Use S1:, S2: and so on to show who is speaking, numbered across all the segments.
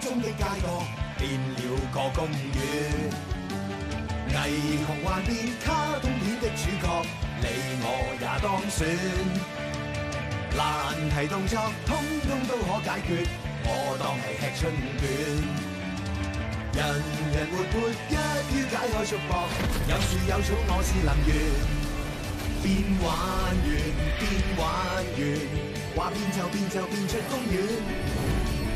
S1: 中的街角變了個公園。霓虹幻變卡通片的主角，你我也當選。難題動作通通都可解決，我當係吃春卷。人人活潑，一於解開束縛，有樹有草，我是能源。變玩完，變玩完，話變就變就變出公園。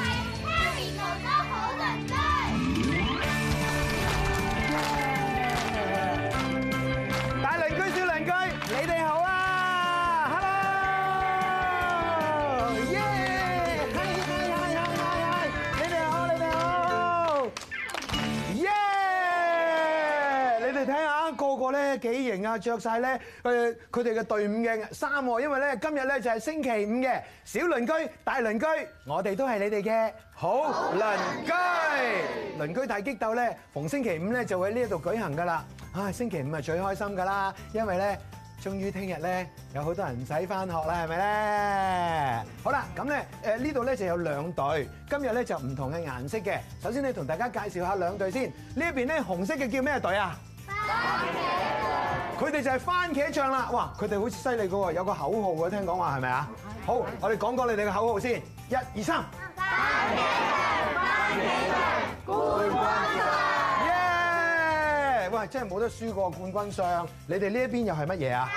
S2: 哋係 Harry 哥哥好鄰居。
S3: 大鄰居、小鄰居，你哋好啊！Hello，耶！係係係係係係，你哋好，你哋好，耶！你哋睇下個個咧幾型啊，着晒咧誒佢哋嘅隊伍嘅衫喎，因為咧今日咧就係星期五嘅小鄰居、大鄰居，我哋都係你哋嘅好鄰居。鄰居大激鬥咧，逢星期五咧就會喺呢一度舉行噶啦。啊，星期五係最開心噶啦，因為咧，終於聽日咧有好多人唔使翻學啦，係咪咧？好啦，咁咧誒呢度咧就有兩隊，今日咧就唔同嘅顏色嘅。首先咧同大家介紹下兩隊先，呢一邊咧紅色嘅叫咩隊啊？佢哋就係番茄醬啦！哇，佢哋好犀利嘅喎，有個口號嘅，聽講話係咪啊？好，我哋講講你哋嘅口號先，一二三。耶！喂，真係冇得輸過冠軍相。你哋呢一邊又係乜嘢啊？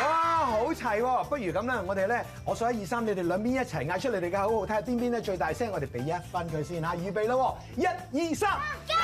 S3: 哇，好齊喎！不如咁啦，我哋咧，我數一二三，你哋兩邊一齊嗌出你哋嘅口號，睇下邊邊咧最大聲，我哋俾一分佢先嚇。預備啦喎，一二三。哇！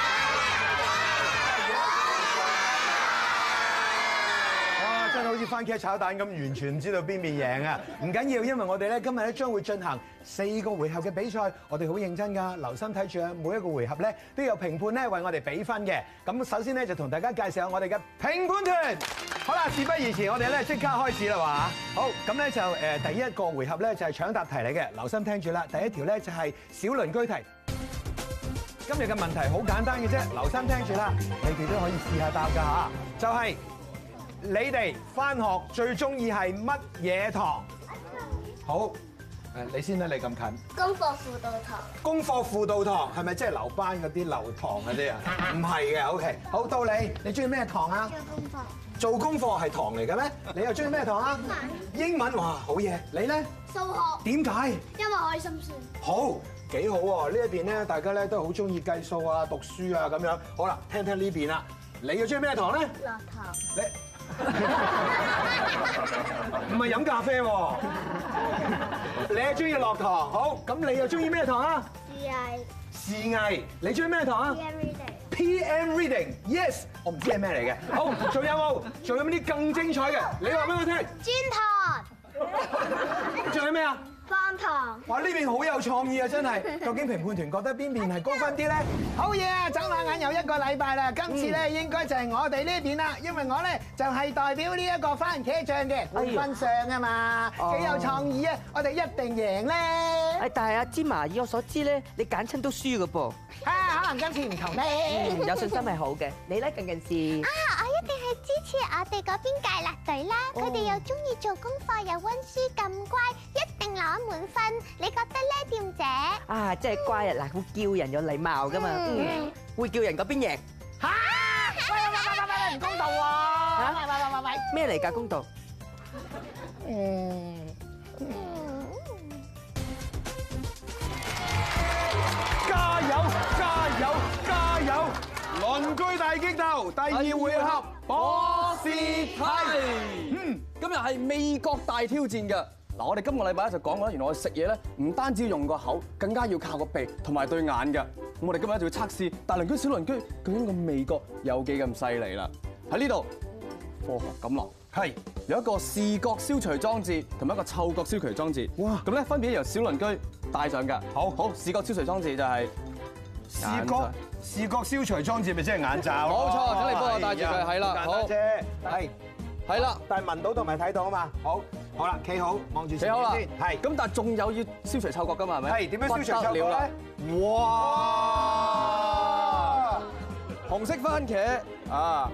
S3: 真係好似番茄炒蛋咁，完全唔知道邊邊贏啊！唔緊要，因為我哋咧今日咧將會進行四個回合嘅比賽，我哋好認真㗎，留心睇住啊！每一個回合咧都有評判咧為我哋俾分嘅。咁首先咧就同大家介紹下我哋嘅評判團。好啦，事不宜遲，我哋咧即刻開始啦話。好，咁咧就誒第一個回合咧就係搶答題嚟嘅，留心聽住啦。第一條咧就係小鄰居題。今日嘅問題好簡單嘅啫，留心聽住啦，你哋都可以試下答㗎嚇。就係、你哋翻學最中意係乜嘢堂？好，誒你先啦，你咁近。
S2: 功課輔導堂，
S3: 功課輔導堂係咪即係留班嗰啲留堂嗰啲啊？ 唔係嘅，OK。好到你，你中意咩堂啊？
S2: 功課
S3: 做功課係堂嚟嘅咩？你又中意咩堂啊？英文哇，好嘢！你咧
S2: 數學，
S3: 點解？
S2: 因為開心算。
S3: 好，幾好喎！呢一邊咧，大家咧都好中意計數啊、讀書啊咁樣。好啦，聽聽呢邊啦。你又中意咩堂咧？
S2: 落堂，
S3: 你唔係飲咖啡喎，你係中意落堂。好，咁你又中意咩堂啊？
S2: 二係
S3: 視藝，你中意咩堂啊
S2: everyday。
S3: ？PM reading，yes，我唔知係咩嚟嘅。好，仲有冇？仲有冇啲更精彩嘅？你話俾我聽。
S2: 專堂、
S3: 仲有咩啊？
S2: 方堂、
S3: 哇！呢邊好有創意啊，真 係。究竟評判團覺得邊邊係高分啲咧？好嘢啊！眨下眼又一個禮拜啦，今次咧應該就係我哋呢邊啦，因為我咧就係代表呢一個番茄醬嘅冠軍相啊嘛，幾有創意啊！我哋一定贏 咧。
S4: 誒，但係阿芝麻，以我所知咧，你揀親都輸嘅噃。
S3: 啊，可能今次唔同咧。
S4: 有信心係好嘅。你咧近近
S5: 啊！我一定係支持我哋嗰邊芥辣隊啦，佢哋又中意做功課又温書咁乖，一定攞滿分。你覺得呢，店姐？
S4: 是啊，真係乖啊！嗱，會叫人有禮貌噶嘛，嗯會叫人嗰邊贏
S3: 嚇！喂喂喂喂喂喂，唔公道喎！喂喂喂喂喂！
S4: 咩嚟㗎公道？
S3: 加油！加油！加油！鄰居大激鬥第二回合，波士
S6: 係，嗯，今日係味覺大挑戰嘅。嗱，我哋今個禮拜咧就講過啦，原來我哋食嘢咧唔單止要用個口，更加要靠個鼻同埋對眼嘅。咁我哋今日咧就要測試大鄰居、小鄰居究竟個味覺有幾咁犀利啦。喺呢度科學咁落，係有一個視覺消除裝置同埋一個嗅覺消除裝置。
S3: 哇
S6: 咁咧分別由小鄰居戴上嘅。好好，視覺消除裝置就係
S3: 視覺視覺消除裝置咪即係眼罩咯
S6: 冇錯請你幫我戴住佢係啦
S3: 簡
S6: 好
S3: 單啫，係，
S6: 係啦。
S3: 但係聞到同埋睇到啊嘛，好，好啦，企好，望住
S6: 你
S3: 前
S6: 好
S3: 面
S6: 啦
S3: 先，，
S6: 係咁，但係仲有要消除嗅覺噶嘛，係咪？
S3: 係點樣消除嗅覺
S6: 不得了啦
S3: Ờ, 咧？哇！
S6: 紅色番茄啊，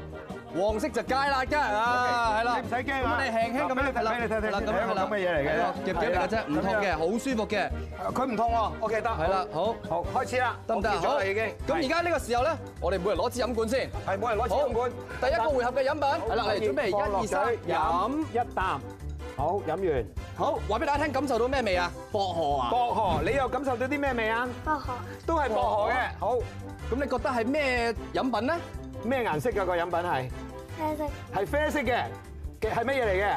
S6: 黃色就芥辣㗎啊，係啦，
S7: 你唔使驚啊
S6: 咁你輕輕咁
S7: 嗱
S6: 樣
S7: 俾你睇俾你睇
S6: 係啦
S7: 睇
S6: 咁樣係
S7: 睇
S6: 啦，
S7: 個咁嘅嘢嚟嘅
S6: 係啦夾夾嚟嘅啫，唔痛嘅，好舒服嘅，
S7: 佢唔痛喎，OK 得，
S6: 係啦，好。
S7: 好開始啦，
S6: 得唔得啊？
S7: 我結咗啦已經，
S6: 咁而家呢個時候咧，我哋每人攞支飲管先。
S7: 係冇人攞支飲管，
S6: 第一個回合嘅飲品係啦，嚟準備一二三飲。
S3: 一啖，好飲完。
S6: 好，話俾大家聽，感受到咩味啊？薄荷啊！
S7: 薄荷，你又感受到啲咩味啊？
S5: 薄荷
S7: 都係薄荷嘅，好
S6: 咁你覺得係咩飲品咧？
S3: 咩顏色嘅個飲品係？
S5: 啡色
S3: 係啡色嘅，嘅係乜嘢嚟嘅？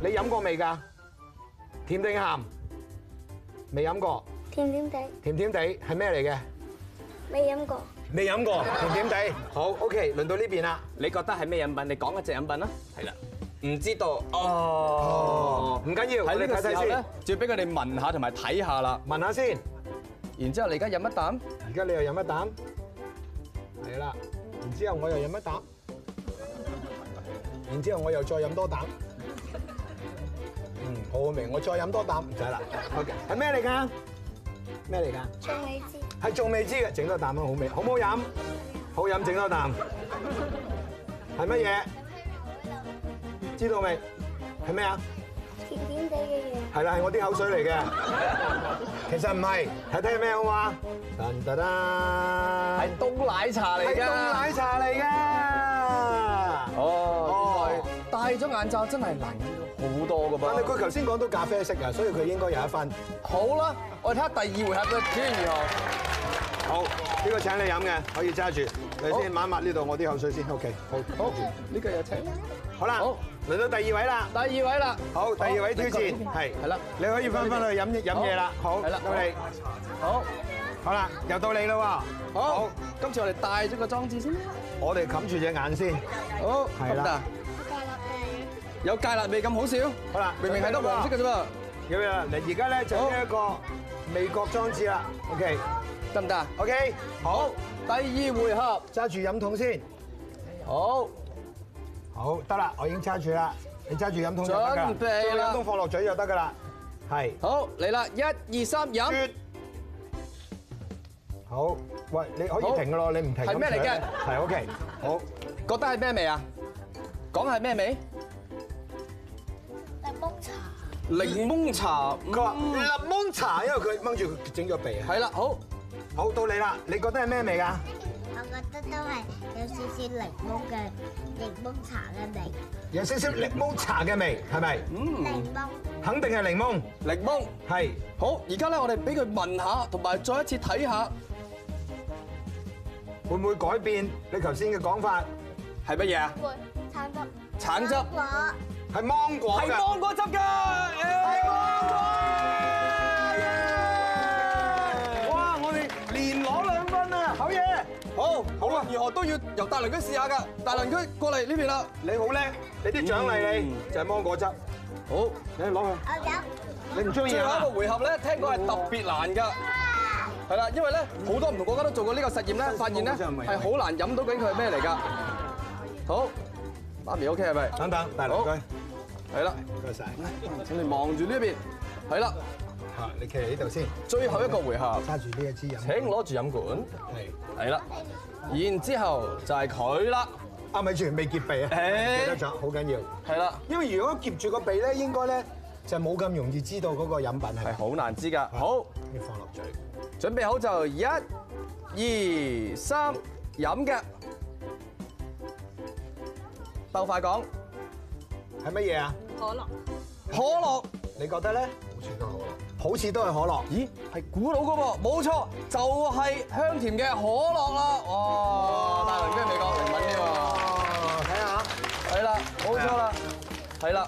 S3: 你飲過未㗎？甜定鹹？未飲過，
S5: 甜甜地，
S3: 甜甜地係咩嚟嘅？
S5: 未飲過
S7: 未飲過，
S3: 甜甜地，好 OK，輪到呢邊啦。
S6: 你覺得係咩飲品？你講一隻飲品啦。係啦，唔知道
S3: 哦，唔緊要，我
S6: 喺
S3: 哋睇
S6: 呢個時
S3: 睇
S6: 候咧
S3: 先，，
S6: 就要俾佢哋聞下同埋睇下啦。
S3: 聞下先。
S6: 然之後你而家飲一啖，
S3: 而家你又飲一啖，係啦。然之後我又飲一啖，然之後我又再飲多啖。嗯，好好味。我再飲多啖，唔使啦。OK，係咩嚟㗎？咩嚟㗎？
S5: 仲未知。
S3: 係仲未知嘅，整多啖啦，好味，好唔好飲？好飲，整多啖。係乜嘢？知道未？係咩啊？
S5: 甜甜地嘅嘢，
S3: 係啦，係我啲口水嚟嘅。其實唔係，睇睇係咩好嘛？噔噔噔
S6: 係，凍奶茶嚟
S3: 係凍
S6: 㗎。
S3: 奶茶嚟㗎。
S6: 哦，原來戴咗眼罩真係難飲好多㗎
S3: 但係
S6: 噃。
S3: 佢頭先講到咖啡色啊，所以佢應該有一分。
S6: 好啦，我哋睇下第二回合嘅表現如何。
S3: 好，呢個請你飲嘅，可以揸住。你先抹一抹呢度我啲口水先。OK，好，
S6: 好，呢個有請。
S3: 好啦
S6: 好，
S3: 輪到第二位啦。
S6: 第二位啦，
S3: 好，第二位挑戰係
S6: 係啦，
S3: 你可以翻返去飲飲嘢啦。好，
S6: 係啦
S3: 到你，
S6: 好，
S3: 好啦，又到你啦喎。
S6: 好，，今次我哋戴咗個裝置先啦。
S3: 我哋冚住隻眼先。
S6: 好，
S3: 係啦
S6: 得唔得啊？有芥辣味咁好笑？
S3: 好啦，
S6: 明明係得黃色嘅啫嘛，
S3: 咁樣，嗱而家咧就呢一個味覺裝置啦。OK，OK，、
S6: 得唔得啊？
S3: 好，
S6: 第二回合，
S3: 揸住飲筒先。
S6: 好，
S3: 好，得啦，我已經揸住啦。你揸住飲筒就得㗎啦
S6: 準備啦
S3: 將飲筒放落嘴就得㗎啦。係。
S6: 好嚟啦，一二三，飲。
S3: 好，喂，你可以
S6: 好
S3: 停㗎咯，你唔停
S6: 係咩嚟嘅
S3: 係 OK，好，
S6: 覺得係咩味啊？講係咩味？
S5: 檸檬茶。
S6: 檸檬茶。
S3: 佢話檸檬茶，因為佢掹住佢整咗鼻啊。
S6: 係啦，好，
S3: 好，到你啦，你覺得係咩味㗎？
S8: 我覺得都係有少少檸檬嘅檸檬茶嘅味，
S3: 有少少檸檬茶嘅味，係咪？
S6: 嗯，
S8: 檸檬。
S3: 肯定係檸檬，
S6: 檸檬。
S3: 係。
S6: 好，而家咧我哋俾佢聞下，同埋再一次睇下
S3: 會唔會改變你頭先嘅講法？
S6: 係乜嘢啊？
S5: 會橙汁。
S6: 橙汁。
S8: 我
S3: 係芒果
S6: 係
S3: 㗎。
S6: 芒果汁㗎。誒
S3: 哇！我哋連攞兩分啊，好嘢！
S6: 好，好啊啦，如何都要由大鄰居試下㗎。大鄰居過嚟呢邊啦。
S3: 你好叻，你啲獎勵你就係芒果汁，
S6: 好，
S3: 你攞去。
S8: 我飲
S5: 哎
S3: 你唔中意
S6: 最後一
S3: 啊
S6: 個？回合咧，聽講係特別難㗎。係啦，因為咧好多唔同國家都做過呢個實驗咧，發現咧係好難飲到緊佢係咩嚟㗎。好，媽咪 OK 係咪？
S3: 等等，大鄰居，
S6: 係啦，
S3: 唔該晒。
S6: 請你望住呢邊。係啦，
S3: 嚇，你企嚟呢度先，
S6: 最後一個回合，
S3: 揸住呢一支飲。
S6: 請攞住飲管。
S3: 係。
S6: 係啦，然之後就係佢啦。
S3: 啊，咪住，未結鼻啊，
S6: 誒
S3: 記得咗，好緊要。
S6: 係啦，
S3: 因為如果夾住個鼻咧，應該咧就冇咁容易知道嗰個飲品係
S6: 係。好難知㗎。好。
S3: 要放落嘴。
S6: 準備好就一、二、三，飲嘅。鬥快講，
S3: 係乜嘢啊？
S6: 可樂，
S3: 你覺得咧？好似都係可樂。好似
S6: 咦，係古老嗰噃，冇錯，就係、香甜嘅可樂啦。哦，大鄰居美國靈敏啲
S3: 都係可
S6: 喎，
S3: 樂。睇下，
S6: 係啦，冇錯啦，係啦，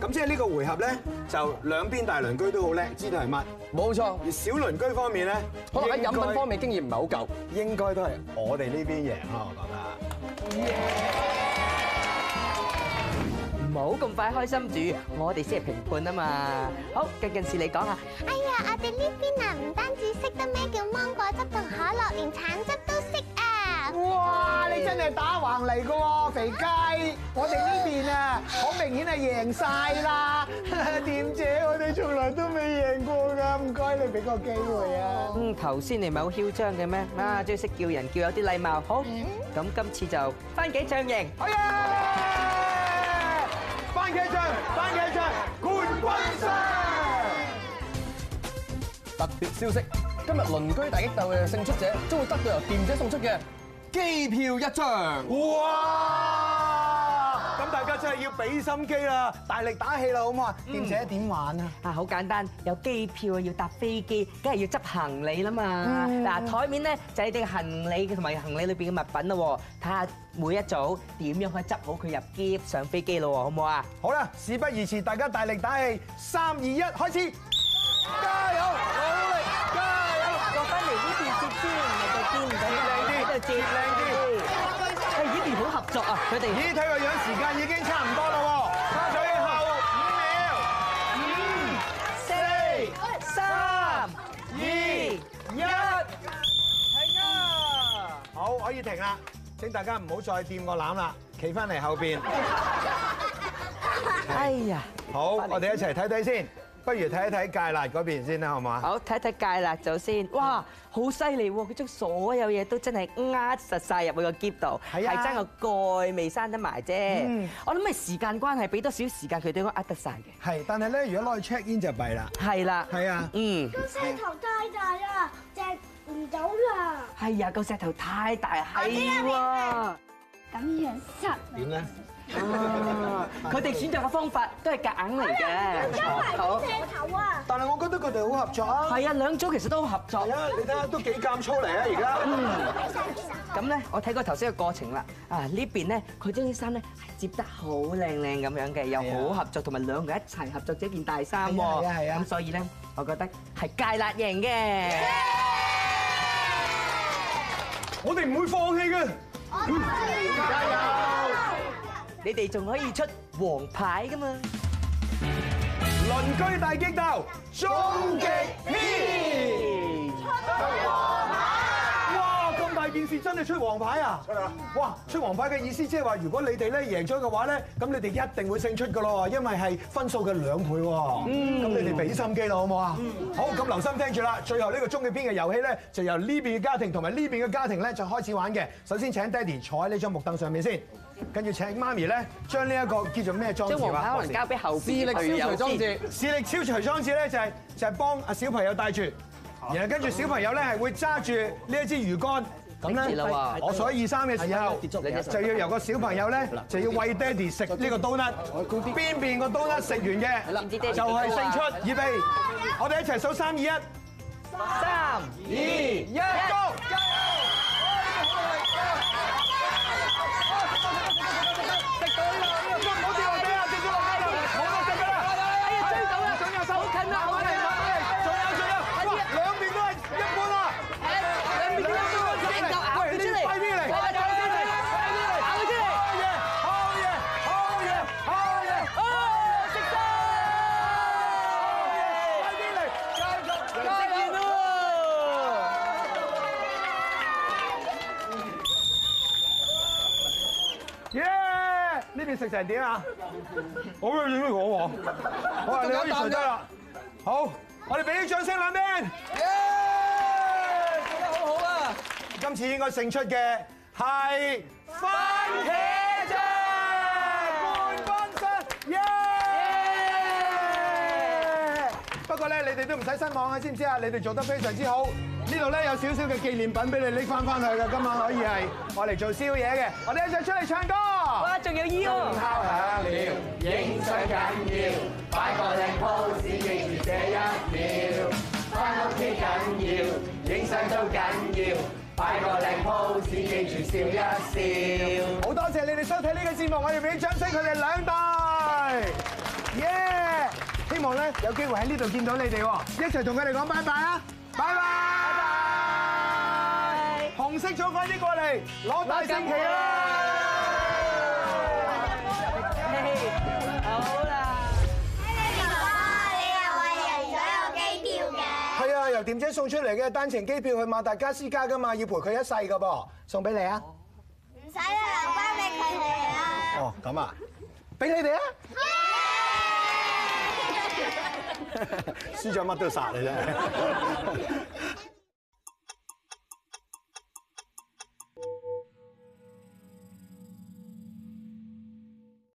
S3: 咁即係呢個回合咧，就兩邊大鄰居都好叻，知道係乜。
S6: 冇錯。
S3: 而小鄰居方面咧，
S6: 可能喺飲品方
S3: 面
S6: 面經驗唔係好夠，
S3: 應該都係我哋呢邊贏咯，我覺得。
S4: 唔好咁快開心住，我哋先係評判啊嘛。好，近近事你講下，
S5: 哎呀，我哋呢邊啊，唔單止識得咩叫芒果汁同可樂，連橙汁都識啊！
S7: 哇！你真係打橫嚟噶喎，肥雞！我哋呢邊啊，好明顯係贏晒 啦。店姐，我哋從來都未贏過㗎，唔該你俾個機會啊。
S4: 嗯，頭先你咪好囂張嘅咩？啊，最識叫人叫有啲禮貌，好。咁今次就番茄醬型。
S3: 好嘢！番茄醬，番茄醬，冠軍賽！
S6: 特別消息，今日鄰居大激鬥嘅勝出者，將會得到由店者送出嘅機票一張。
S3: 哇！咁大家真係要俾心機啦，大力打氣啦，好唔好啊？店姐點玩啊？
S4: 啊，好簡單，有機票啊，要搭飛機，梗係要執行李啦嘛。嗱，台面咧就係你哋嘅行李同埋行李裏邊嘅物品咯喎，睇下每一組點樣可以執好佢入機上飛機咯喎，好唔好啊？
S3: 好啦，事不宜遲，大家大力打氣，三二一，開始！加油，努力，加油！
S4: 落翻嚟呢邊接先，唔係就接唔到
S3: 接靚啲
S4: 喺度接
S3: 接靚
S4: 係呢邊好合作啊，佢哋。
S3: 咦，睇個樣，時間已經差唔多啦喎，最後五秒，
S4: 四、三、二、一，停啊！
S3: 好，可以停啦。請大家唔好再掂個籃啦，企翻嚟後邊。
S4: 哎呀，
S3: 好，我哋一齊睇睇先，不如睇一睇芥辣嗰邊先啦，好嘛？
S4: 好睇睇芥辣酒先，哇，好犀利喎！佢將所有嘢都真係呃實晒入去個篋度，
S3: 係啊
S4: 係爭個蓋未閂得埋啫。我諗係時間關係，俾多少時間佢都應該呃得晒嘅。
S3: 係，但係咧，如果攞去 check in 就弊啦。
S4: 係啦，
S3: 係啊
S4: 嗯，
S2: 個石頭太大啦，隻唔到啦。
S4: 係啊，個石頭太大，係喎。
S5: 咁樣塞
S9: 點咧？
S4: 佢哋選擇嘅方法都係夾硬嚟嘅。好，
S2: 石頭啊！
S3: 但係我覺得佢哋好合作啊。
S4: 係啊，兩組其實都好合作
S3: 係。啊，你睇下都幾咁粗嚟啊，而家。
S4: 嗯咁咧，我睇過頭先嘅過程啦。啊，呢邊咧，佢將啲衫咧係摺得好靚靚咁樣嘅，又好合作，同埋兩個一齊合作咗件大衫喎。
S3: 啊係啊係啊
S4: 咁所以咧，我覺得係芥辣型嘅。
S3: 我哋唔會放棄嘅。
S4: 你哋仲可以出黃牌噶嘛？
S3: 鄰居大激鬥，終極篇。哇！咁大件事真係出黃牌啊！出啦！哇！出黃牌嘅意思即係話，如果你哋咧贏咗嘅話咧，咁你哋一定會勝出噶咯，因為係分數嘅兩倍喎。咁你哋俾心機啦，好唔好啊？好，咁留心聽住啦。最後呢個終極篇嘅遊戲咧，就由呢邊嘅家庭同埋呢邊嘅家庭咧就開始玩嘅。首先請爹哋坐喺呢張木凳上面先，跟住請媽咪咧將呢一個叫做咩裝置
S4: 將黃
S3: 啊
S4: 牌可
S3: 博士
S4: 能交俾後
S6: 智
S4: 邊
S6: 力
S4: 嘅隊
S6: 消除
S4: 友
S6: 裝
S4: 先。
S6: 置。
S3: 視力超除裝置咧就係就係幫啊小朋友戴住，然後跟住小朋友咧係會揸住呢一支魚竿。咁咧
S4: 拎住啦，喎
S3: 我數一二三嘅時候，就要由個小朋友咧，就要喂爹哋食呢個刀甩，邊邊個刀甩食完嘅，就係勝出。預備，我哋一齊數三二一，
S4: 三二一
S3: 高！
S4: 哎呀，追到啦！好近啦，好近啦！兩邊都有整嚿咬佢出嚟，快啲嚟，咬佢出嚟！啊，食得！加油咯！
S3: 呢邊食成點啊？好有點咩我喎？好啊，你可以除低啦。好，我哋俾啲掌聲兩邊。
S6: 做得好好啊！
S3: 今次應該勝出嘅係番茄醬冠軍身，耶！不過咧，你哋都唔使失望啊，知唔知啊？你哋做得非常之好。呢度咧有少少嘅紀念品俾你拎翻翻去嘅，今晚可以係我嚟做宵夜嘅。我哋一齊出嚟唱歌。
S4: 哇，仲有腰啊！
S3: 好多謝你哋收睇呢個節目，我哋俾掌聲佢哋兩隊，耶！希望咧有機會喺呢度見到你哋喎，一齊同佢哋講拜拜啊！拜拜！紅色組快啲過嚟攞大升旗啦！
S4: 好啦。
S5: 哎你又話贏咗有機票嘅。
S3: 係啊，由店姐送出嚟嘅單程機票去馬達加斯加噶嘛，要陪佢一世噶噃，送俾你啊！
S5: 唔使啦，留翻俾佢哋啦。
S3: 哦，咁啊，俾你哋啊！
S9: 輸咗乜都殺你啫。